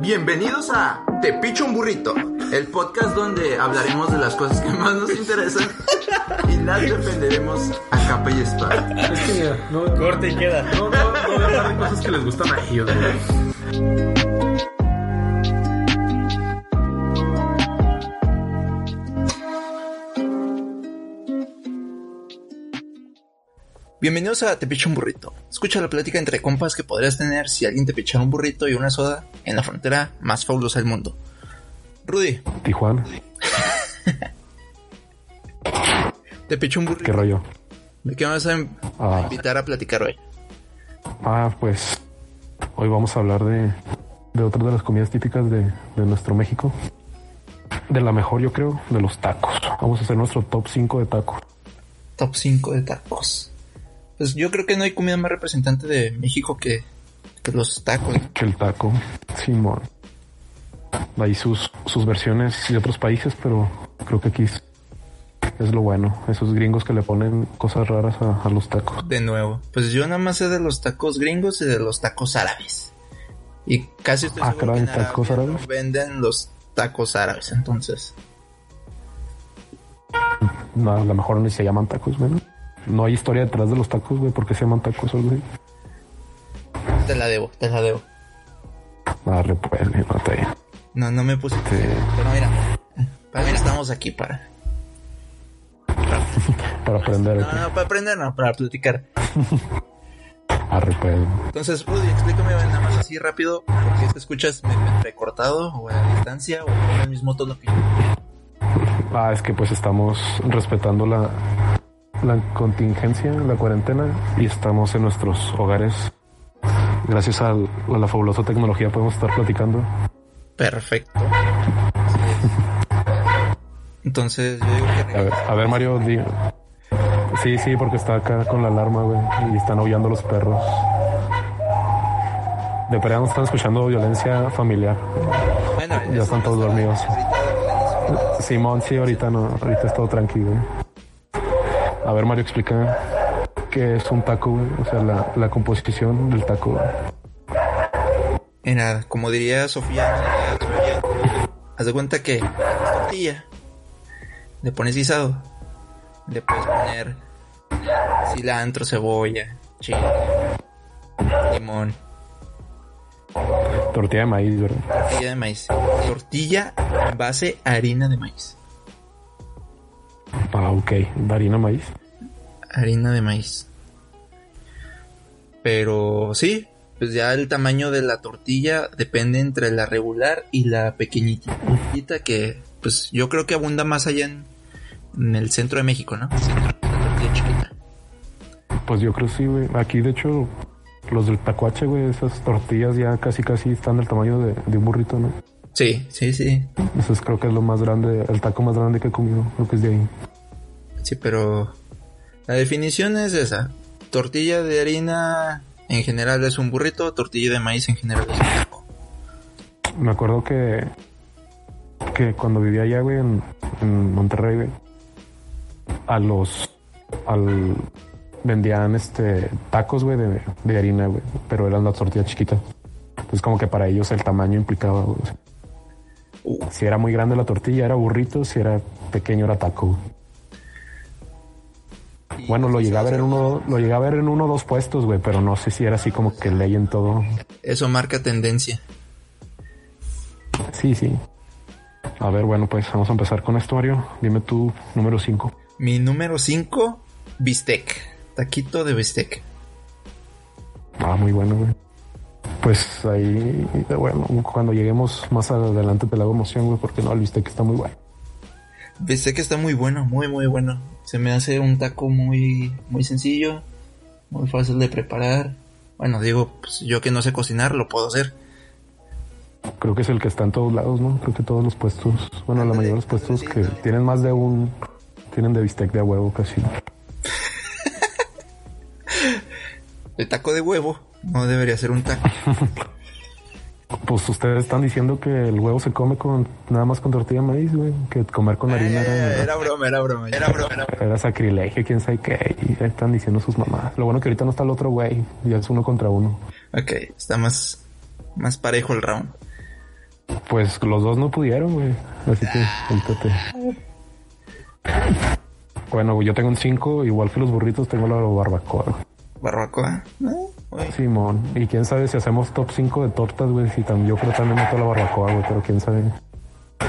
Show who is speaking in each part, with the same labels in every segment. Speaker 1: Bienvenidos a Te Picho un Burrito, el podcast donde hablaremos de las cosas que más nos interesan y las defenderemos a capa y espada.
Speaker 2: Es que mira, no, no,
Speaker 3: Corte y queda.
Speaker 2: no, no voy a hablar de cosas que les gustan a ellos, güey.
Speaker 4: Bienvenidos a Te Picha un Burrito. Escucha la plática entre compas que podrías tener si alguien te pichara un burrito y una soda en la frontera más fabulosa del mundo. Rudy,
Speaker 5: Tijuana.
Speaker 4: te picho un burrito.
Speaker 5: ¿Qué rollo?
Speaker 4: ¿De qué vas a in- a
Speaker 5: Ah,
Speaker 4: invitar a platicar hoy?
Speaker 5: ah, pues hoy vamos a hablar de, de otra de las comidas típicas de, de nuestro México. De la mejor, yo creo, de los tacos. Vamos a hacer nuestro top 5 de tacos.
Speaker 4: Top 5 de tacos. Pues yo creo que no hay comida más representante de México que, que los tacos.
Speaker 5: Que el taco, Simón. Ahí sus, sus versiones de otros países, pero creo que aquí es, es lo bueno. Esos gringos que le ponen cosas raras a, a los tacos.
Speaker 4: De nuevo, pues yo nada más sé de los tacos gringos y de los tacos árabes. Y casi estoy
Speaker 5: Ah,
Speaker 4: seguro que en
Speaker 5: caray, ¿tacos
Speaker 4: Arabia
Speaker 5: árabes?
Speaker 4: no venden los tacos árabes, entonces.
Speaker 5: No, a lo mejor ni se llaman tacos, güey. ¿no? No hay historia detrás de los tacos, güey, porque se llaman tacos, güey.
Speaker 4: Te la debo, te la debo.
Speaker 5: Arre, pues, güey, no está bien.
Speaker 4: No, no me puse. Pero mira, para mí estamos aquí para.
Speaker 5: Para aprender
Speaker 4: No,
Speaker 5: aquí.
Speaker 4: no, para aprender, no, para platicar.
Speaker 5: Arre, pues.
Speaker 4: Entonces, Rudy, explícame nada más así rápido, porque te escuchas me- me entrecortado o a distancia o en el mismo tono que yo.
Speaker 5: Ah, es que pues estamos respetando la, la contingencia, la cuarentena, y estamos en nuestros hogares. Gracias al- a la fabulosa tecnología podemos estar platicando.
Speaker 4: Perfecto. Así es. Entonces, yo digo que
Speaker 5: A ver, a ver Mario, di- Sí, sí, porque está acá con la alarma, güey, y están aullando los perros. De perdida nos están escuchando violencia familiar.
Speaker 4: Bueno, pues, eso
Speaker 5: están
Speaker 4: no
Speaker 5: todos
Speaker 4: está mal.
Speaker 5: dormidos.
Speaker 4: Ahorita, apenas-
Speaker 5: Simón, sí, ahorita no, ahorita es todo tranquilo. A ver, Mario, explica qué es un taco, güey. O sea, la, la composición del taco. güey.
Speaker 4: Mira, como diría Sofía, haz de cuenta que haces tortilla, le pones guisado, le puedes poner cilantro, cebolla, chile, limón,
Speaker 5: Tortilla de maíz, ¿verdad?
Speaker 4: tortilla de maíz, tortilla en base a harina de maíz,
Speaker 5: Ah, ok. De harina de maíz.
Speaker 4: harina de maíz. Pero sí, pues ya el tamaño de la tortilla depende entre la regular y la pequeñita, pequeñita que pues yo creo que abunda más allá en, en el centro de México, ¿no? La tortilla chiquita.
Speaker 5: Pues yo creo sí, güey. Aquí, de hecho, los del tacuache, güey, esas tortillas ya casi, casi están del tamaño de, de un burrito, ¿no?
Speaker 4: Sí, sí, sí.
Speaker 5: Eso es, creo que es lo más grande, el taco más grande que he comido, creo que es de ahí.
Speaker 4: Sí, pero la definición es esa. Tortilla de harina en general es un burrito, tortilla de maíz en general es un taco.
Speaker 5: Me acuerdo que, que cuando vivía allá, güey, en, en Monterrey, güey, a los, al, vendían este tacos, güey, de, de harina, güey, pero eran las tortillas chiquitas. Entonces como que para ellos el tamaño implicaba, güey, o sea,
Speaker 4: Uh,
Speaker 5: si era muy grande la tortilla era burrito, si era pequeño era taco. güey.
Speaker 4: y-
Speaker 5: Bueno, lo llegaba a ver en uno, lo llegaba a ver en uno o dos puestos, güey, pero no sé si era así como que ley en todo.
Speaker 4: Eso marca tendencia.
Speaker 5: Sí, sí. A ver, bueno, pues vamos a empezar con esto, Mario. Dime tu número 5.
Speaker 4: Mi número 5, bistec. Taquito de bistec.
Speaker 5: Ah, muy bueno, güey. Pues ahí, bueno, cuando lleguemos más adelante te la hago emoción, güey, porque no, el bistec está muy bueno.
Speaker 4: Bistec está muy bueno, muy, muy bueno. Se me hace un taco muy, muy sencillo, muy fácil de preparar. Bueno, digo, pues, yo que no sé cocinar, lo puedo hacer.
Speaker 5: Creo que es el que está en todos lados, ¿no? Creo que todos los puestos, bueno, la mayoría de los puestos que tienen más de un, tienen de bistec de a huevo casi.
Speaker 4: El taco de huevo no debería ser un taco.
Speaker 5: Pues ustedes están diciendo que el huevo se come con, nada más con tortilla de maíz, güey, que comer con harina era,
Speaker 4: Eh, Era broma, era broma, era broma. era broma.
Speaker 5: era sacrilegio, quién sabe qué, y ahí están diciendo sus mamás. Lo bueno que ahorita no está el otro güey, ya es uno contra uno.
Speaker 4: Ok, está más, más parejo el round.
Speaker 5: Pues los dos no pudieron, güey. Así que, ahorita Bueno, güey, yo tengo un 5, igual que los burritos, tengo la barbacoa. güey.
Speaker 4: Barbacoa. ¿no? Güey,
Speaker 5: Simón, y quién sabe si hacemos top 5 de tortas, güey. Si tam- yo creo también meto la barbacoa, güey, pero quién sabe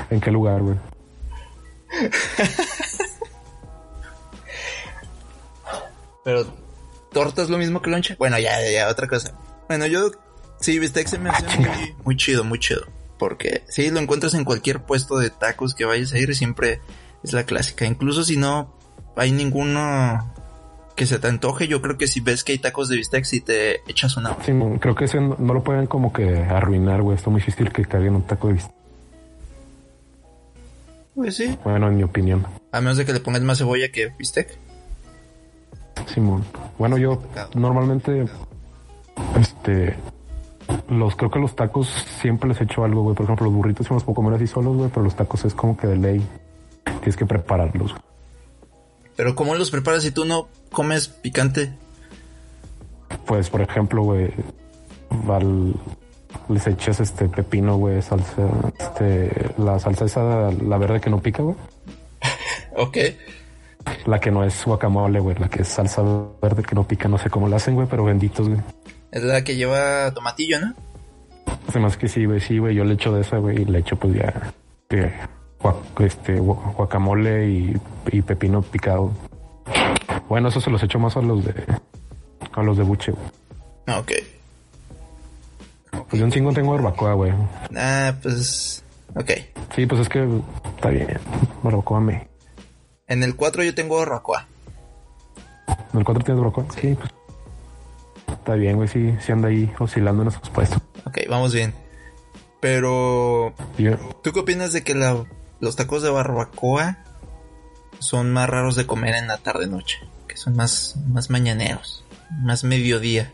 Speaker 5: en qué lugar, güey.
Speaker 4: Pero, ¿torta es lo mismo que lonche? Bueno, ya, ya, ya, otra cosa. Bueno, yo, sí, bistec se me hace muy, muy chido, muy chido. Porque, sí, lo encuentras en cualquier puesto de tacos que vayas a ir, siempre es la clásica. Incluso si no hay ninguno que se te antoje, yo creo que si ves que hay tacos de bistec, si te echas una.
Speaker 5: Simón, creo que ese no, no lo pueden como que arruinar, güey. Está muy difícil que caiga en un taco de bistec.
Speaker 4: Pues sí,
Speaker 5: Bueno, en mi opinión.
Speaker 4: a menos de que le pongas más cebolla que bistec.
Speaker 5: Simón. Bueno, yo normalmente, este, los creo que los tacos siempre les echo algo, güey. Por ejemplo, los burritos yo los puedo comer así solos, güey, pero los tacos es como que de ley. Tienes que prepararlos. güey.
Speaker 4: Pero, ¿cómo los preparas si tú no comes picante?
Speaker 5: Pues, por ejemplo, güey, al- les echas este pepino, güey, salsa, este, la salsa esa, la verde que no pica, güey.
Speaker 4: Ok.
Speaker 5: La que no es guacamole, güey, la que es salsa verde que no pica, no sé cómo la hacen, güey, pero benditos, güey.
Speaker 4: Es la que lleva tomatillo, ¿no?
Speaker 5: Se más que sí, güey, sí, güey, yo le echo de esa, güey, y le echo pues ya eh, guac- este, gua- guacamole y, y pepino picado. Bueno, eso se los echo más a los de a los de buche, güey.
Speaker 4: Ah, Ok.
Speaker 5: Pues yo un chingo tengo barbacoa, güey.
Speaker 4: Ah, pues. Ok.
Speaker 5: Sí, pues es que está bien. Barbacoa me.
Speaker 4: En el 4 yo tengo barbacoa.
Speaker 5: ¿En el 4 tienes barbacoa? Sí, pues. Está bien, güey, sí, sí anda ahí oscilando en esos puestos.
Speaker 4: Ok, vamos bien. Pero.
Speaker 5: Yo-
Speaker 4: ¿Tú qué opinas de que la- los tacos de barbacoa son más raros de comer en la tarde-noche? Que son más, más mañaneros, más mediodía.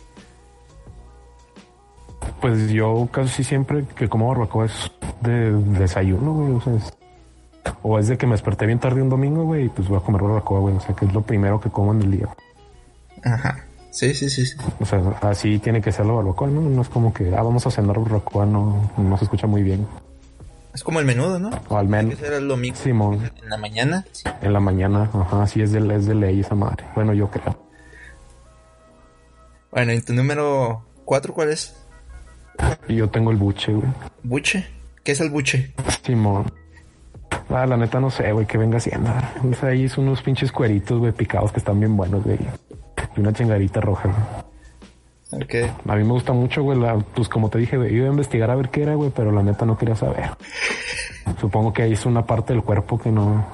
Speaker 5: Pues yo casi siempre que como barbacoa es de desayuno, güey. O sea, es, o es de que me desperté bien tarde un domingo, güey, y pues voy a comer barbacoa, güey. O sea, que es lo primero que como en el día.
Speaker 4: Ajá. Sí, sí, sí. sí.
Speaker 5: O sea, así tiene que ser la barbacoa, ¿no? No es como que, ah, vamos a cenar barbacoa, no, no se escucha muy bien.
Speaker 4: Es como el menudo, ¿no?
Speaker 5: O al
Speaker 4: Que
Speaker 5: menos,
Speaker 4: será el domingo
Speaker 5: Simón,
Speaker 4: en la mañana. Sí.
Speaker 5: en la mañana, ajá, sí es de, es de ley esa madre. Bueno, yo creo.
Speaker 4: Bueno, ¿y tu número 4 cuál es?
Speaker 5: Y yo tengo el buche, güey.
Speaker 4: ¿Buche? ¿Qué es el buche?
Speaker 5: Simón. Ah, la neta no sé, güey, que venga haciendo. O sea, ahí son unos pinches cueritos, güey, picados que están bien buenos, güey. Y una chingadita roja, güey.
Speaker 4: Ok.
Speaker 5: A mí me gusta mucho, güey. la- pues como te dije, güey, iba a investigar a ver qué era, güey, pero la neta no quería saber. Supongo que ahí es una parte del cuerpo que no.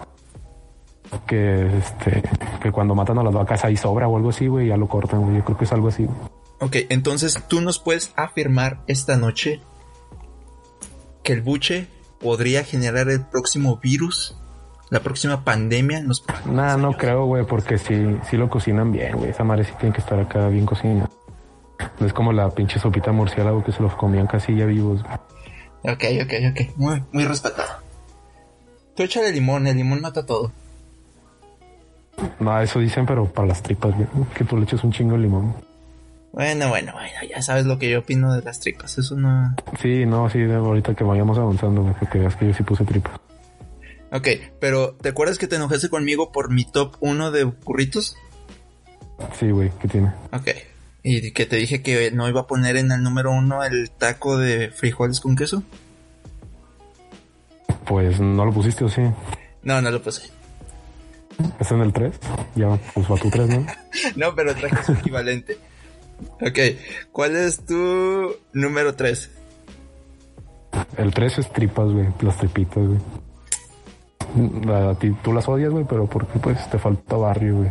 Speaker 5: Que este. Que cuando matan a las vacas ahí sobra o algo así, güey, ya lo cortan, güey. Yo creo que es algo así.
Speaker 4: Ok, entonces tú nos puedes afirmar esta noche que el buche podría generar el próximo virus, la próxima pandemia. Nos...
Speaker 5: Nah, no creo, güey, porque sí, sí lo cocinan bien, güey. Esa madre sí tiene que estar acá bien cocinada. No es como la pinche sopita de murciélago que se los comían casi ya vivos. güey.
Speaker 4: Ok, ok, ok. Muy, muy respetado. Tú échale limón, el limón mata todo.
Speaker 5: No, eso dicen, pero para las tripas, güey. Que tú le eches un chingo de limón.
Speaker 4: Bueno, bueno, bueno, ya sabes lo que yo opino de las tripas. Eso no.
Speaker 5: Sí, no, sí, ahorita que vayamos avanzando, güey, porque veas que yo sí puse tripas.
Speaker 4: Ok, pero ¿te acuerdas que te enojaste conmigo por mi top 1 de burritos?
Speaker 5: Sí, güey, ¿qué tiene?
Speaker 4: Ok. Y que te dije que no iba a poner en el número 1 el taco de frijoles con queso.
Speaker 5: Pues no lo pusiste o sí.
Speaker 4: No, no lo puse.
Speaker 5: Es en el 3. Ya, pues va tu 3, ¿no?
Speaker 4: No, pero traje su equivalente. Ok, ¿cuál es tu número 3?
Speaker 5: El 3 es tripas, güey. Las tripitas, güey. A ti, tú las odias, güey, pero porque pues te falta barrio, güey.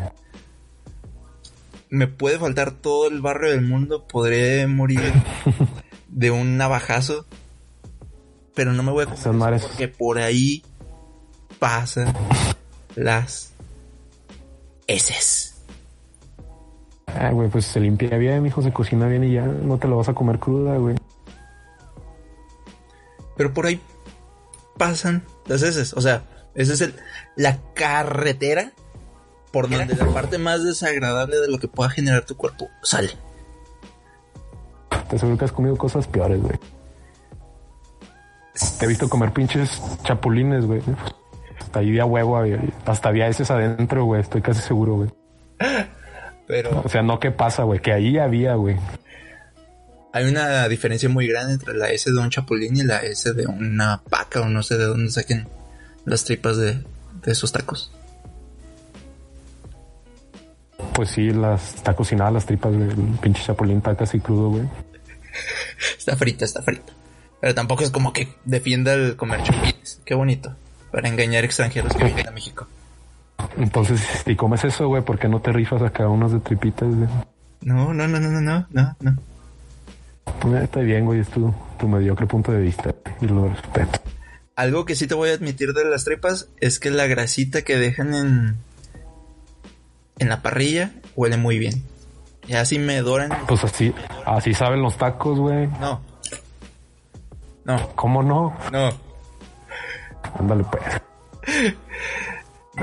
Speaker 4: Me puede faltar todo el barrio del mundo, podré morir de un navajazo, pero no me voy a
Speaker 5: Esas
Speaker 4: comer
Speaker 5: madres,
Speaker 4: porque por ahí pasan las heces.
Speaker 5: ah, güey, pues se limpia bien, hijo, se cocina bien y ya no te lo vas a comer cruda, güey.
Speaker 4: Pero por ahí pasan las heces. O sea, esa es el, la carretera por donde la parte más desagradable de lo que pueda generar tu cuerpo sale.
Speaker 5: Te aseguro que has comido cosas peores, güey. Te he visto comer pinches chapulines, güey. Hasta ahí había huevo, había- hasta había heces adentro, güey. Estoy casi seguro, güey.
Speaker 4: Pero
Speaker 5: O sea, no qué pasa, güey. Que ahí había, güey.
Speaker 4: hay una diferencia muy grande entre la S de un chapulín y la S de una vaca o no sé de dónde saquen las tripas de, de esos tacos.
Speaker 5: Pues sí, las, está cocinada las tripas, güey. El pinche chapulín está casi crudo, güey.
Speaker 4: Está frita, está frita. Pero tampoco es como que defienda el comer chapulines. Qué bonito. Para engañar extranjeros que vienen a México.
Speaker 5: Entonces, si comes eso, güey, ¿por qué no te rifas acá unas de tripitas, güey?
Speaker 4: No, no, no, no, no, no, no, no.
Speaker 5: Eh, Está bien, güey, es tu, tu mediocre punto de vista y lo respeto.
Speaker 4: Algo que sí te voy a admitir de las tripas es que la grasita que dejan en, en la parrilla huele muy bien. Ya si me doran.
Speaker 5: Pues así, así saben los tacos, güey.
Speaker 4: No. No,
Speaker 5: ¿Cómo no?
Speaker 4: no.
Speaker 5: Ándale, pues.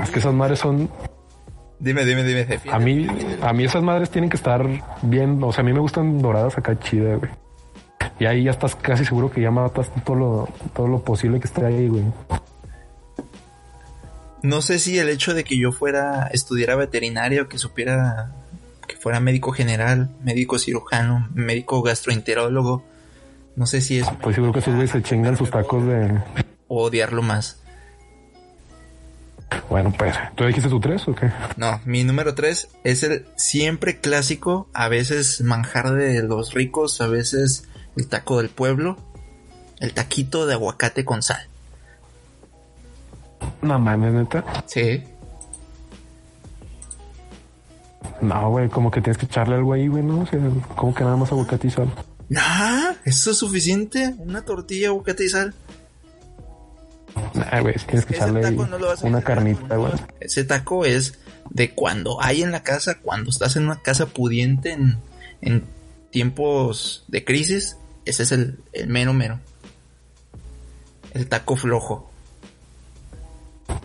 Speaker 5: Es que esas madres son.
Speaker 4: Dime, dime, dime, jefe.
Speaker 5: A mí, a mí esas madres tienen que estar bien. O sea, a mí me gustan doradas acá chida, güey. Y ahí ya estás casi seguro que ya mataste todo lo, todo lo posible que esté ahí, güey.
Speaker 4: No sé si el hecho de que yo fuera, estudiara veterinario, que supiera, que fuera médico general, médico cirujano, médico gastroenterólogo, no sé si eso
Speaker 5: Estoy seguro que esos güeyes se chingan sus tacos de.
Speaker 4: o odiarlo más.
Speaker 5: Bueno, pues. ¿Tú dijiste tu tres o qué?
Speaker 4: No, mi número 3 es el siempre clásico, a veces manjar de los ricos, a veces el taco del pueblo, el taquito de aguacate con sal.
Speaker 5: No mames, neta.
Speaker 4: Sí.
Speaker 5: No, güey, como que tienes que echarle algo ahí, güey, ¿no? O sea, como que nada más aguacate y sal.
Speaker 4: No, eso es suficiente, una tortilla, aguacate y sal.
Speaker 5: Nah, güey, tienes que
Speaker 4: Ese
Speaker 5: echarle ahí
Speaker 4: taco no lo vas a
Speaker 5: una
Speaker 4: encontrar
Speaker 5: carnita,
Speaker 4: con-
Speaker 5: güey.
Speaker 4: Ese taco es de cuando hay en la casa, cuando estás en una casa pudiente en, en tiempos de crisis, ese es el, el mero mero. El taco flojo.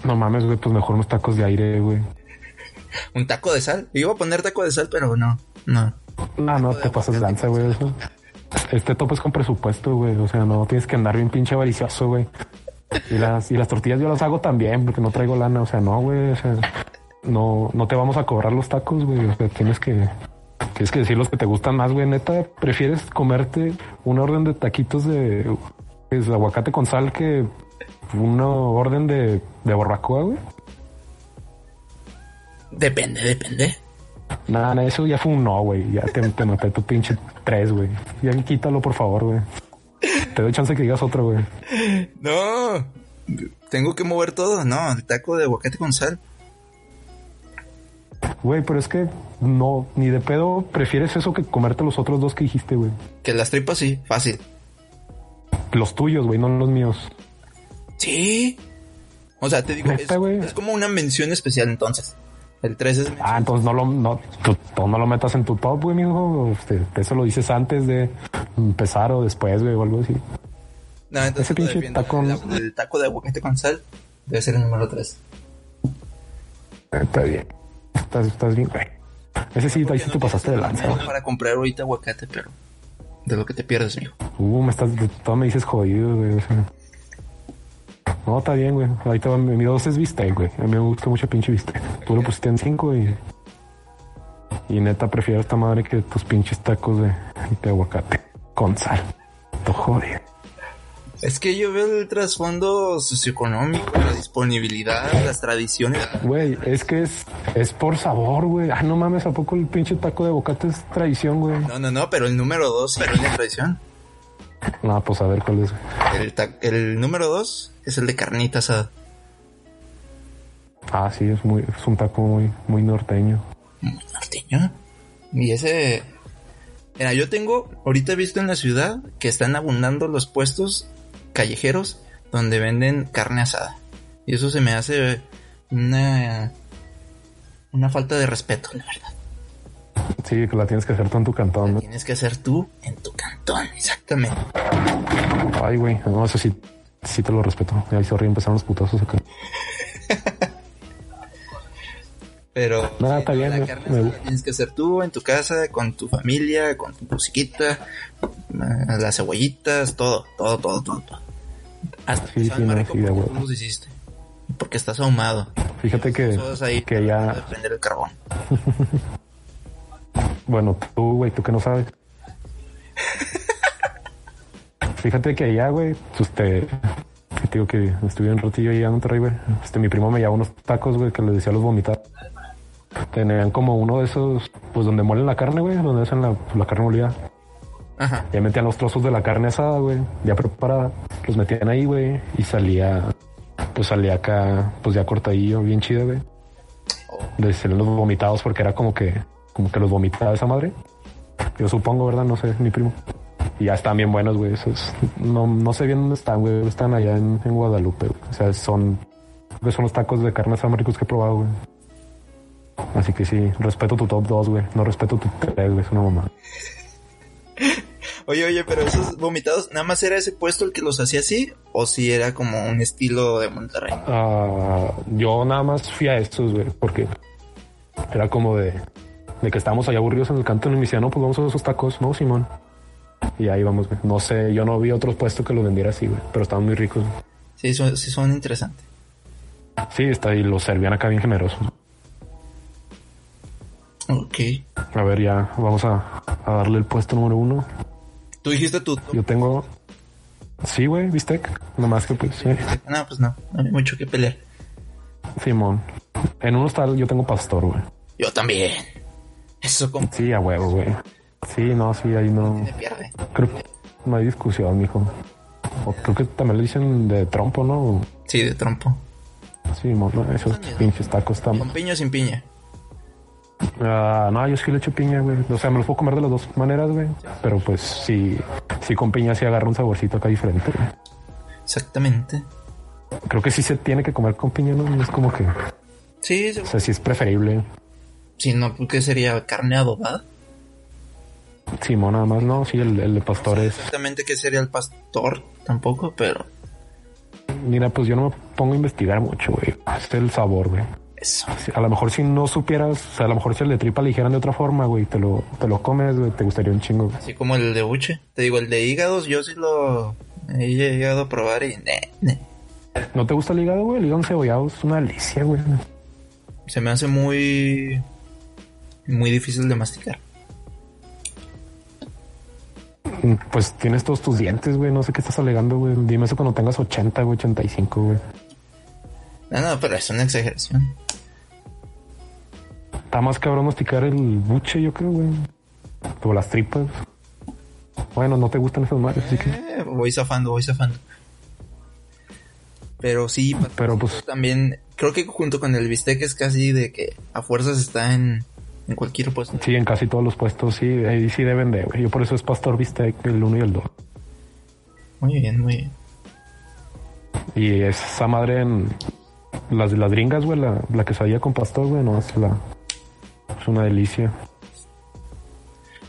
Speaker 5: No mames, güey, pues mejor unos tacos de aire, güey.
Speaker 4: Un taco de sal. Iba a poner taco de sal, pero no, no.
Speaker 5: Ah, No, no, te pasas lanza, güey, eso. Este topo es con presupuesto, güey. O sea, no tienes que andar bien pinche avaricioso, güey. Y las, y las tortillas yo las hago también, porque no traigo lana. O sea, no, güey. O sea, no, no te vamos a cobrar los tacos, güey. O sea, tienes que, tienes que decir los que te gustan más, güey. Neta, prefieres comerte una orden de taquitos de pues, aguacate con sal que una orden de, de barbacoa, güey.
Speaker 4: Depende, depende.
Speaker 5: Nada, nada, eso ya fue un no, güey. Ya te, te maté tu pinche tres, güey. Ya quítalo, por favor, güey. Te doy chance que digas otro, güey.
Speaker 4: No. Tengo que mover todo. No, el taco de aguacate con sal.
Speaker 5: Güey, pero es que no, ni de pedo prefieres eso que comerte los otros dos que dijiste, güey.
Speaker 4: Que las tripas sí, fácil.
Speaker 5: Los tuyos, güey, no los míos.
Speaker 4: Sí. O sea, te digo, es,
Speaker 5: Neta, güey.
Speaker 4: es como una mención especial entonces. El 3 es...
Speaker 5: Ah, entonces no lo, no, tú, tú no lo metas en tu top, güey, mijo. Este, eso lo dices antes de empezar o después, güey, o algo así.
Speaker 4: No, entonces
Speaker 5: ese
Speaker 4: lo
Speaker 5: pinche
Speaker 4: defiendo.
Speaker 5: taco-
Speaker 4: El, el taco de aguacate con sal debe ser el número 3.
Speaker 5: Está bien. Estás, estás bien, güey. Ese sí, ahí sí te pasaste de lanza, güey.
Speaker 4: Para comprar ahorita aguacate, pero... De lo que te pierdes, mijo.
Speaker 5: Uh, me estás, todo me dices jodido, güey. o sea. No, está bien, güey. Ahí te va, mi mi dos es bistec, güey. A mí me gusta mucho pinche bistec. Tú lo pusiste en cinco y. Y neta, prefiero esta madre que tus pinches tacos de, de aguacate con sal. Te jode.
Speaker 4: Es que yo veo el trasfondo socioeconómico, la disponibilidad, las tradiciones.
Speaker 5: Güey, es que es, es por sabor, güey. Ah, no mames, ¿a poco el pinche taco de aguacate es tradición, güey?
Speaker 4: No, no, no, pero el número 2 pero es la tradición.
Speaker 5: No, pues a ver cuál es. güey.
Speaker 4: El, ta- el número 2 es el de carnita asada.
Speaker 5: Ah, sí, es muy, es un taco muy, muy norteño.
Speaker 4: Muy norteño. Y ese. Mira, yo tengo. Ahorita he visto en la ciudad que están abundando los puestos callejeros donde venden carne asada. Y eso se me hace una. Una falta de respeto, la verdad.
Speaker 5: Sí, que la tienes que hacer tú en tu cantón, ¿no?
Speaker 4: Tienes que hacer tú en tu cantón, exactamente.
Speaker 5: Ay, güey, no, eso sí, sí te lo respeto. Ay, sorry, empezaron los putazos acá.
Speaker 4: Pero
Speaker 5: No, está
Speaker 4: no,
Speaker 5: bien,
Speaker 4: la
Speaker 5: me-
Speaker 4: carne
Speaker 5: me
Speaker 4: asada
Speaker 5: gusta.
Speaker 4: tienes que hacer tú en tu casa, con tu familia, con tu musiquita, eh, las cebollitas, todo, todo, todo, todo. todo. Hasta
Speaker 5: Sí,
Speaker 4: que
Speaker 5: sí,
Speaker 4: sabes,
Speaker 5: no,
Speaker 4: Marco,
Speaker 5: sí, de
Speaker 4: por qué
Speaker 5: huevo.
Speaker 4: tú los hiciste. Porque estás ahumado.
Speaker 5: Fíjate que,
Speaker 4: Todos ahí
Speaker 5: que ya,
Speaker 4: tratando de prender el carbón.
Speaker 5: Bueno, tú, güey, tú que no sabes. Fíjate que allá, güey, usted, que te digo que estuve un ratillo allá en Monterrey, güey. Este, mi primo me llevaba unos tacos, güey, que les decía los vomitados. Tenían como uno de esos, pues donde muelen la carne, güey, donde hacen la, pues, la carne molida.
Speaker 4: Ajá.
Speaker 5: Ya metían los trozos de la carne asada, güey, ya preparada. Los metían ahí, güey, y salía, pues salía acá, pues ya cortadillo, bien chido, güey. De ser los vomitados, porque era como que, como que los vomitaba esa madre. Yo supongo, ¿verdad? No sé, mi primo. Y ya están bien buenos, güey. Esos, no, no sé bien dónde están, güey. Están allá en, en Guadalupe, güey. O sea, son, creo que son los tacos de carne asada más ricos que he probado, güey. Así que sí, respeto tu top 2, güey. No respeto tu 3, güey. Es una mamá.
Speaker 4: Oye, oye, pero esos vomitados, ¿nada más era ese puesto el que los hacía así? ¿O si era como un estilo de Monterrey?
Speaker 5: Ah, yo nada más fui a estos, güey, porque era como de, de que estábamos ahí aburridos en el canto y me decía, no, pues vamos a esos tacos, ¿no, Simón? Y ahí vamos, güey. No sé, yo no vi otros puestos que los vendiera así, güey, pero estaban muy ricos. güey.
Speaker 4: Sí, son, sí son interesantes.
Speaker 5: Sí, está, y los servían acá bien generosos.
Speaker 4: Ok.
Speaker 5: A ver, ya vamos a, a darle el puesto número uno.
Speaker 4: ¿Tú dijiste tú?
Speaker 5: Yo tengo, sí, güey, bistec, nomás que pues, sí.
Speaker 4: No, pues no, no hay mucho que pelear.
Speaker 5: Simón. En uno está, yo tengo pastor, güey.
Speaker 4: Yo también. Eso como
Speaker 5: Sí, a huevo, güey. Sí, no, sí, ahí no.
Speaker 4: me pierde.
Speaker 5: Creo que no hay discusión, mijo. O creo que también le dicen de trompo, ¿no?
Speaker 4: Sí, de trompo.
Speaker 5: Sí, mono, esos pinches tacos
Speaker 4: ¿Con
Speaker 5: están.
Speaker 4: piña o sin piña?
Speaker 5: Ah, no, yo sí le echo piña, güey. O sea, me los puedo comer de las dos maneras, güey. Pero pues sí, sí con piña sí agarra un saborcito acá diferente. güey.
Speaker 4: Exactamente.
Speaker 5: Creo que sí se tiene que comer con piña, ¿no? Es como que, o
Speaker 4: Sí, sí.
Speaker 5: sea, sí es preferible.
Speaker 4: Si no, pues, ¿qué sería carne adobada?
Speaker 5: Simón, nada más, no, sí, el, el de pastor es.
Speaker 4: Exactamente, ¿qué sería el pastor? Tampoco, pero
Speaker 5: Mira, pues yo no me pongo a investigar mucho, güey. Es el sabor, güey.
Speaker 4: eso.
Speaker 5: Sí, A lo mejor si no supieras, o sea, a lo mejor si el de tripa le dijeran de otra forma, güey, te lo, te lo comes, güey, te gustaría un chingo. güey.
Speaker 4: Así como el de buche. Te digo, el de hígados, yo sí lo he llegado a probar y ne, ne.
Speaker 5: ¿No te gusta el hígado, güey? El hígado encebollado es una delicia, güey.
Speaker 4: se me hace muy muy difícil de masticar.
Speaker 5: Mm, Pues tienes todos tus dientes, güey. No sé qué estás alegando, güey. Dime eso cuando tengas 80, güey, 85, güey.
Speaker 4: No, no, pero es una exageración.
Speaker 5: Está más cabrón masticar el buche, yo creo, güey. O las tripas. Bueno, no te gustan esas madres, así que...
Speaker 4: Eh, voy zafando, voy zafando. Pero sí, pa-
Speaker 5: Pero pues,
Speaker 4: también creo que junto con el bistec es casi de que a fuerzas está en, en cualquier puesto.
Speaker 5: sí, en casi todos los puestos sí, ahí sí deben de, güey. Yo por eso es pastor bistec, el uno y el dos.
Speaker 4: Muy bien, muy bien.
Speaker 5: Y esa madre en las de las gringas, güey, la, la que salía con pastor, güey, no, es la es una delicia.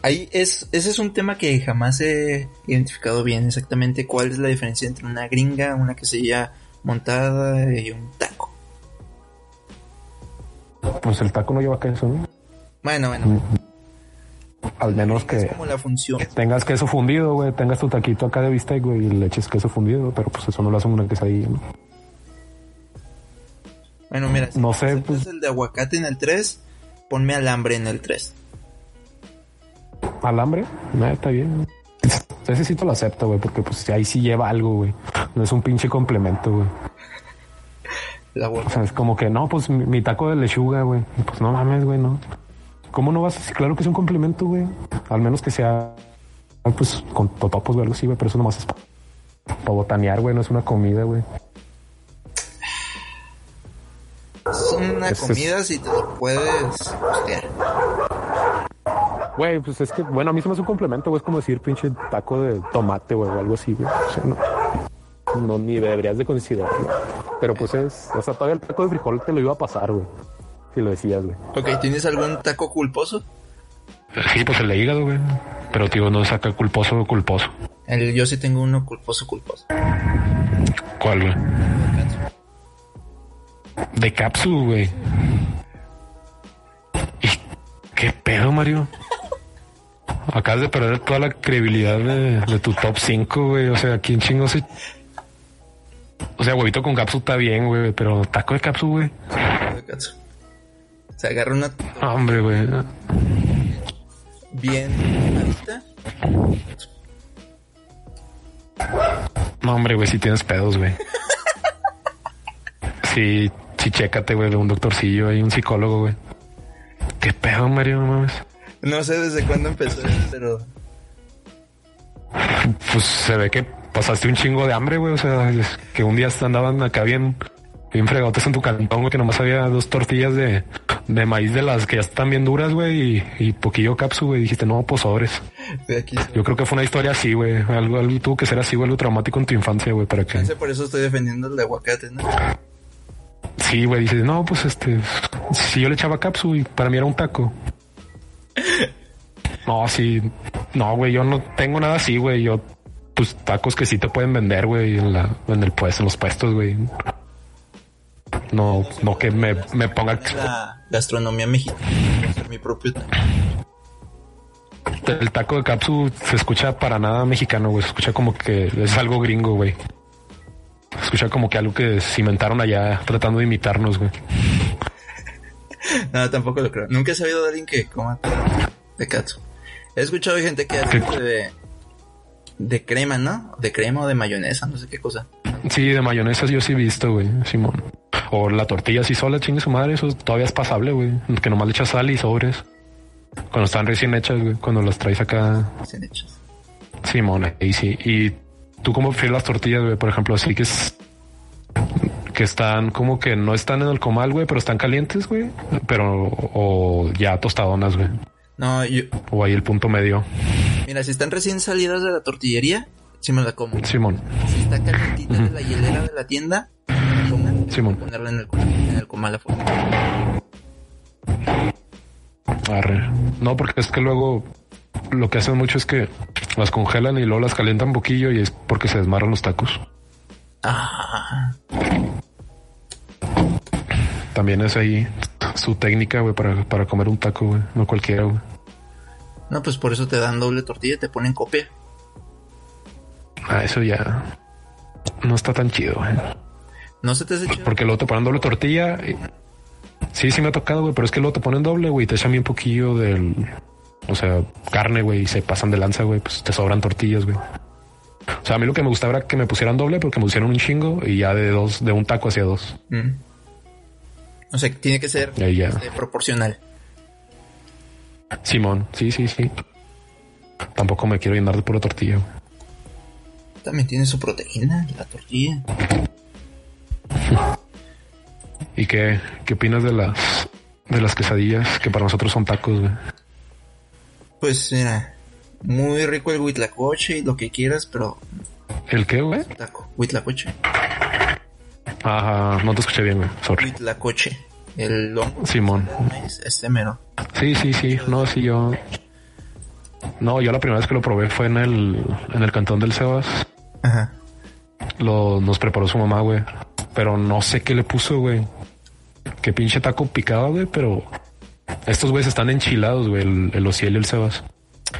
Speaker 4: Ahí es, ese es un tema que jamás he identificado bien exactamente cuál es la diferencia entre una gringa, una quesilla montada y un taco.
Speaker 5: Pues el taco no lleva queso, ¿no?
Speaker 4: Bueno, bueno,
Speaker 5: Al Mm, menos
Speaker 4: es
Speaker 5: que
Speaker 4: como la función.
Speaker 5: tengas queso fundido, güey, tengas tu taquito acá de bistec, güey, y le eches queso fundido, pero pues eso no lo hacen una quesadilla, ¿no?
Speaker 4: Bueno, mira, si
Speaker 5: No
Speaker 4: me
Speaker 5: sé,
Speaker 4: aceptas
Speaker 5: pues-
Speaker 4: el de aguacate en el 3, ponme alambre en el 3.
Speaker 5: pues, Alambre, nada, está bien. Ese sí te lo acepto, güey, porque pues ahí sí lleva algo, güey. No es un pinche complemento, güey.
Speaker 4: El
Speaker 5: O
Speaker 4: aguacate.
Speaker 5: sea, es como que no, pues mi, mi taco de lechuga, güey. Pues no mames, güey, no. ¿Cómo no vas? a- Claro que es un complemento, güey. Al menos que sea, pues con totopos, güey, algo así, güey. Pero eso nomás es para botanear, güey. No es una comida, güey.
Speaker 4: Es una
Speaker 5: Ese es-
Speaker 4: comida si te lo puedes costear.
Speaker 5: Güey, pues es que, bueno, a mí se me hace un complemento, güey. Es como decir pinche taco de tomate, güey, o algo así, güey. O sea, no, no, ni deberías de considerarlo. Pero pues es, o sea, todavía el taco de frijol te lo iba a pasar, güey. Si lo decías, güey.
Speaker 4: Ok, ¿tienes algún taco culposo?
Speaker 5: Sí, pues el de hígado, güey. Pero, tío, no saca culposo o culposo.
Speaker 4: El, yo sí tengo uno culposo, culposo.
Speaker 5: ¿Cuál, güey? De Capsu, güey. Y- ¿Qué pedo, Mario? Acabas de perder toda la credibilidad de, de tu top 5, güey. O sea, ¿quién chingo se O sea, huevito con capsu está bien, güey, pero taco de capsu, güey.
Speaker 4: de catsup. Se agarra una
Speaker 5: No, hombre, güey.
Speaker 4: bien adicta.
Speaker 5: No, hombre, güey, si tienes pedos, güey. Sí, sí, chécate, güey, de un doctorcillo y un psicólogo, güey. ¿Qué pedo, Mario? No mames.
Speaker 4: No sé desde cuándo empezó, pero
Speaker 5: Pues se ve que pasaste un chingo de hambre, güey. O sea, es que un día andaban acá bien, bien fregotes en tu cantón, güey, que nomás había dos tortillas de, de maíz de las que ya están bien duras, güey, y, y poquillo capsu, güey. Dijiste, no, pues sobres.
Speaker 4: de aquí. soy.
Speaker 5: Yo creo que fue una historia así, güey. Algo, algo tuvo que ser así, güey, algo traumático en tu infancia, güey, para que.
Speaker 4: Por eso estoy defendiendo el de aguacate, ¿no?
Speaker 5: Sí, güey, dices, no, pues este, si yo le echaba capsu y para mí era un taco. No, sí, no, güey, yo no tengo nada así, güey. Yo, pues tacos que sí te pueden vender, güey, en, la- en el pues, en los puestos, güey. No, no que me, me ponga
Speaker 4: La gastronomía mexicana. Voy a hacer Mi propio
Speaker 5: el taco de capsu se escucha para nada mexicano, güey. Se escucha como que es algo gringo, güey. Se escucha como que algo que se inventaron allá tratando de imitarnos, güey.
Speaker 4: No, tampoco lo creo. Nunca he sabido de alguien que coma de catsup. He escuchado de gente que hace
Speaker 5: ¿Qué?
Speaker 4: de, de crema, ¿no? De crema o de mayonesa, no sé qué cosa.
Speaker 5: Sí, de mayonesas yo sí he visto, güey, Simón. O la tortilla así sola, chingue su madre, eso todavía es pasable, güey. Que nomás le echas sal y sobres. Cuando están recién hechas, güey, cuando las traes acá,
Speaker 4: Sin hechas.
Speaker 5: Simón, ahí sí. Y tú cómo fríes las tortillas, güey, por ejemplo, así que es... Que están como que no están en el comal, güey, pero están calientes, güey. Pero, o ya tostadonas, güey.
Speaker 4: No, yo,
Speaker 5: O ahí el punto medio.
Speaker 4: mira, si están recién salidas de la tortillería, sí me la como.
Speaker 5: Simón,
Speaker 4: Si está calientita de la hielera de la tienda, me la como.
Speaker 5: Simón.
Speaker 4: ponerla en el, co- en el comal afuera.
Speaker 5: Arre. No, porque es que luego lo que hacen mucho es que las congelan y luego las calientan poquillo y es porque se desmarran los tacos.
Speaker 4: Ah,
Speaker 5: También es ahí su técnica, güey, para, para comer un taco, güey. No cualquiera, güey.
Speaker 4: no, pues por eso te dan doble tortilla y te ponen copia.
Speaker 5: Ah, eso ya no está tan chido, güey.
Speaker 4: ¿No se te hace chido?
Speaker 5: Porque luego te ponen doble tortilla. y- Sí, sí me ha tocado, güey, pero es que luego te ponen doble, güey, y te echan bien poquillo del... O sea, carne, güey, y se pasan de lanza, güey, pues te sobran tortillas, güey. O sea, a mí lo que me gustaba era que me pusieran doble porque me pusieron un chingo y ya de dos, de un taco hacia dos.
Speaker 4: Mm. O sea, que tiene que ser
Speaker 5: Ya, ya.
Speaker 4: este, proporcional.
Speaker 5: Simón, sí, sí, sí. Tampoco me quiero llenar de pura tortilla. güey.
Speaker 4: También tiene su proteína, la tortilla.
Speaker 5: ¿Y qué, qué opinas de las de las quesadillas que para nosotros son tacos? güey?
Speaker 4: Pues mira, muy rico el huitlacoche y lo que quieras, pero
Speaker 5: ¿El qué, güey?
Speaker 4: taco, huitlacoche.
Speaker 5: Ajá, no te escuché bien, güey. Sorry.
Speaker 4: Huitlacoche, el longo
Speaker 5: Simón.
Speaker 4: de maíz, este mero.
Speaker 5: Sí, sí, sí. No, sí, yo. No, yo la primera vez que lo probé fue en el, en el cantón del Sebas.
Speaker 4: Ajá.
Speaker 5: Lo, nos preparó su mamá, güey. Pero no sé qué le puso, güey. Qué pinche taco picado, güey, pero estos güeyes están enchilados, güey, el, el Ociel y el Sebas.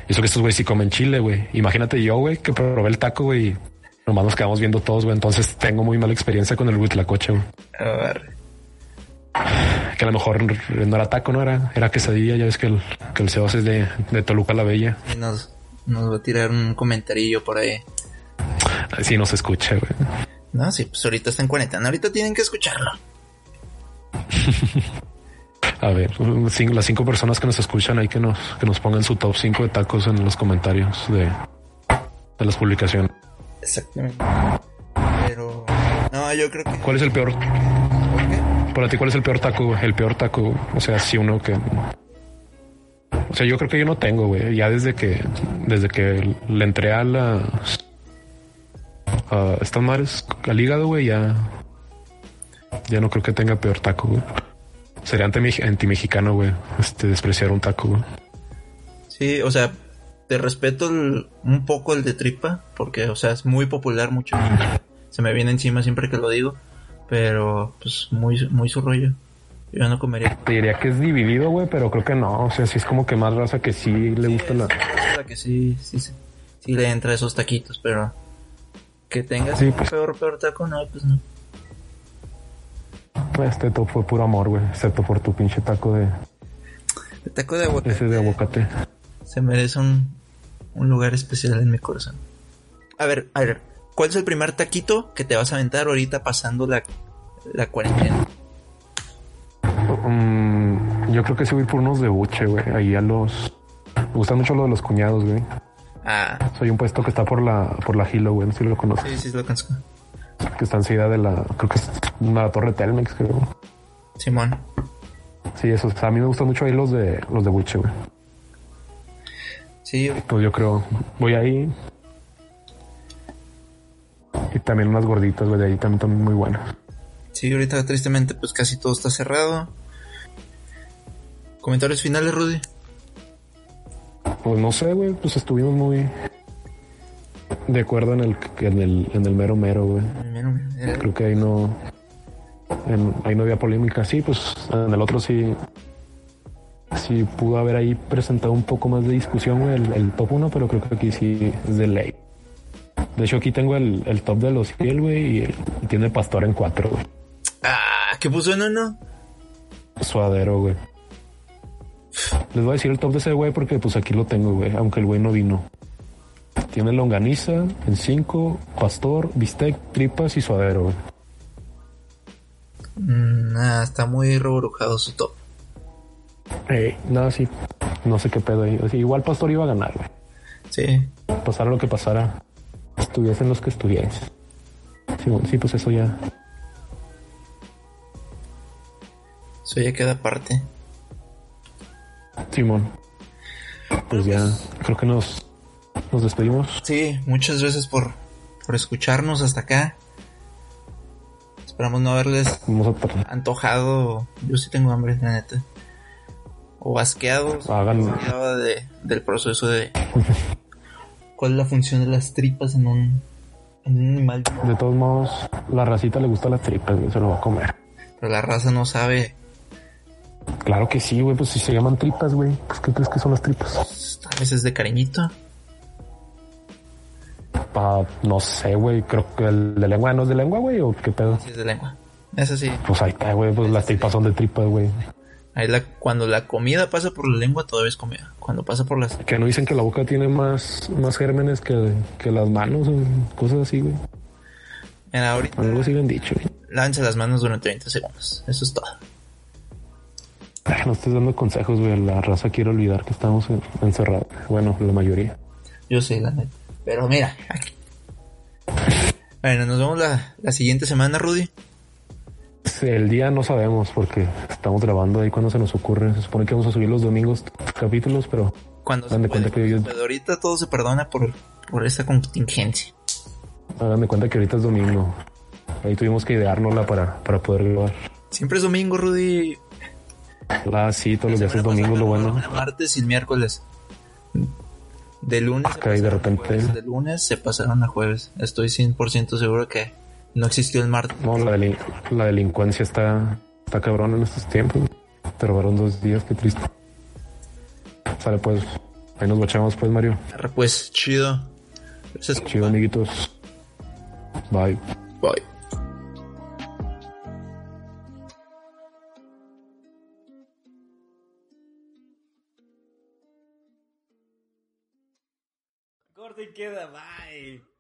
Speaker 5: Y eso que estos güeyes sí comen chile, güey. Imagínate yo, güey, que probé el taco, güey. y Nomás nos quedamos viendo todos, güey. Entonces tengo muy mala experiencia con el huitlacoche, güey.
Speaker 4: A ver.
Speaker 5: Que a lo mejor no era taco, no era, era quesadilla. Ya ves que el, que el Sebas es de, de Toluca la Bella.
Speaker 4: Y nos, nos va a tirar un comentarillo por ahí.
Speaker 5: Así nos escucha, güey.
Speaker 4: No, sí, pues ahorita está en cuarentena. Ahorita tienen que escucharlo.
Speaker 5: A ver, cin- las cinco personas que nos escuchan ahí que nos, que nos pongan su top 5 de tacos en los comentarios de, de las publicaciones.
Speaker 4: Exactamente. Pero... No, yo creo que...
Speaker 5: ¿Cuál es el peor?
Speaker 4: ¿por qué?
Speaker 5: Para ti, ¿cuál es el peor taco? güey? El peor taco, güey. o sea, si uno que... O sea, yo creo que yo no tengo, güey. Ya desde que, desde que le entré a las... A estas madres al hígado, güey, ya... Ya no creo que tenga peor taco, güey. Sería anti- anti-mexicano, güey. Este, despreciar un taco, güey.
Speaker 4: Sí, o sea, te respeto el- un poco el de tripa, porque, o sea, es muy popular, mucho. Se me viene encima siempre que lo digo, pero, pues, muy, muy su rollo. Yo no comería.
Speaker 5: Te diría que es dividido, güey, pero creo que no. O sea, sí es como que más raza que sí le gusta la.
Speaker 4: O sea, que sí, sí, sí, sí le entra esos taquitos, pero que tengas
Speaker 5: Sí, pues.
Speaker 4: peor, peor taco, no, pues no.
Speaker 5: Este todo fue puro amor, güey. Excepto por tu pinche taco de
Speaker 4: El taco de aguacate
Speaker 5: ese de aguacate.
Speaker 4: se merece un, un lugar especial en mi corazón. A ver, a ver, ¿cuál es el primer taquito que te vas a aventar ahorita pasando la, la cuarentena?
Speaker 5: Mm, yo creo que sí voy por unos de buche, güey. Ahí a los. Me gustan mucho los de los cuñados, güey.
Speaker 4: Ah,
Speaker 5: Soy un puesto que está por la por la Hilo, güey. No sé si lo conoces.
Speaker 4: sí, sí, lo conozco.
Speaker 5: Que está enseguida de la. Creo que es una torre Telmex, creo.
Speaker 4: Simón.
Speaker 5: Sí, eso. a mí me gustan mucho ahí los de los de buche, güey.
Speaker 4: Sí,
Speaker 5: Pues yo creo. Voy ahí. Y también unas gorditas, güey. De ahí también, también muy buenas.
Speaker 4: sí, ahorita tristemente pues casi todo está cerrado. Comentarios finales, Rudy.
Speaker 5: Pues no sé, güey, pues estuvimos muy de acuerdo en el en el, en el mero mero, güey.
Speaker 4: Mira, mira, era-
Speaker 5: Creo que ahí no en- ahí no había polémica. Sí, pues en el otro sí sí pudo haber ahí presentado un poco más de discusión güey, el, el top 1, pero creo que aquí sí es de ley. De hecho, aquí tengo el, el top de los 100, güey, y, el- y tiene pastor en 4, güey.
Speaker 4: Ah, ¿qué puso en uno?
Speaker 5: Suadero, güey. Les voy a decir el top de ese güey porque pues aquí lo tengo, güey, aunque el güey no vino. Tiene longaniza en 5, pastor, bistec, tripas y suadero, güey.
Speaker 4: Mm, ah, está muy reborujado su top.
Speaker 5: Nada, sí. No sé qué pedo ahí. O sea, igual pastor iba a ganar, güey.
Speaker 4: Sí.
Speaker 5: Pasara lo que pasara. Estuviesen los que estuviesen. Sí, bueno, sí, pues eso ya.
Speaker 4: Eso ya queda aparte.
Speaker 5: Simón. Pues ya, creo que nos, nos despedimos.
Speaker 4: Sí, muchas gracias por, por escucharnos hasta acá. Esperamos no haberles
Speaker 5: Vamos a tratar.
Speaker 4: antojado. Yo sí tengo hambre, la neta. O asqueado.
Speaker 5: Hagan-
Speaker 4: Hablaba de- del proceso de. ¿Cuál es la función de las tripas en un, en un animal?
Speaker 5: De todos modos, la racita le gusta las tripas, güey, se lo va a comer.
Speaker 4: Pero la raza no sabe.
Speaker 5: Claro que sí, güey, pues si se llaman tripas, güey, pues ¿qué crees que son las tripas?
Speaker 4: A veces de cariñito.
Speaker 5: Pa, no sé, güey, creo que el de lengua no es de lengua, güey, o qué pedo.
Speaker 4: Así es de lengua. Eso sí.
Speaker 5: Pues ahí está, güey, pues las tripas son de tripas, güey.
Speaker 4: Ahí la, cuando la comida pasa por la lengua, todavía es comida. Cuando pasa por las.
Speaker 5: Que no dicen que la boca tiene más, más gérmenes que, que las manos, o cosas así, güey.
Speaker 4: Mira, ahorita.
Speaker 5: Algo así lo han dicho, güey.
Speaker 4: Lávense las manos durante 30 segundos. Eso es todo.
Speaker 5: Ay, No estés dando consejos, güey, la raza quiere olvidar que estamos en- encerrados. Bueno, la mayoría.
Speaker 4: Yo sé, la neta. Pero mira. Bueno, nos vemos la, la siguiente semana, Rudy.
Speaker 5: El día no sabemos porque estamos grabando ahí cuando se nos ocurre. Se supone que vamos a subir los domingos capítulos, pero
Speaker 4: Cuando se
Speaker 5: Hagan de
Speaker 4: pueda.
Speaker 5: cuenta que yo-
Speaker 4: Pero ahorita todo se perdona por, por esta contingencia.
Speaker 5: Hagan de cuenta que ahorita es domingo. Ahí tuvimos que ideárnosla para, para poder grabar.
Speaker 4: Siempre es domingo, Rudy.
Speaker 5: La Ah, sí, todos los días es
Speaker 4: Semana
Speaker 5: domingo, lo
Speaker 4: pasada,
Speaker 5: bueno.
Speaker 4: semana martes y el miércoles. De lunes. se
Speaker 5: Ok, Ah, de
Speaker 4: pasaron a
Speaker 5: repente.
Speaker 4: jueves, De lunes se pasaron a jueves. Estoy 100% seguro que no existió el martes.
Speaker 5: No, la, delin- la delincuencia está, está cabrón en estos tiempos. Te robaron dos días, qué triste. Sale pues, ahí nos guachamos pues, Mario.
Speaker 4: Arre, Pues chido. Gracias,
Speaker 5: Chido,
Speaker 4: compa.
Speaker 5: amiguitos. Bye.
Speaker 4: Bye.
Speaker 3: Corte y queda, bye.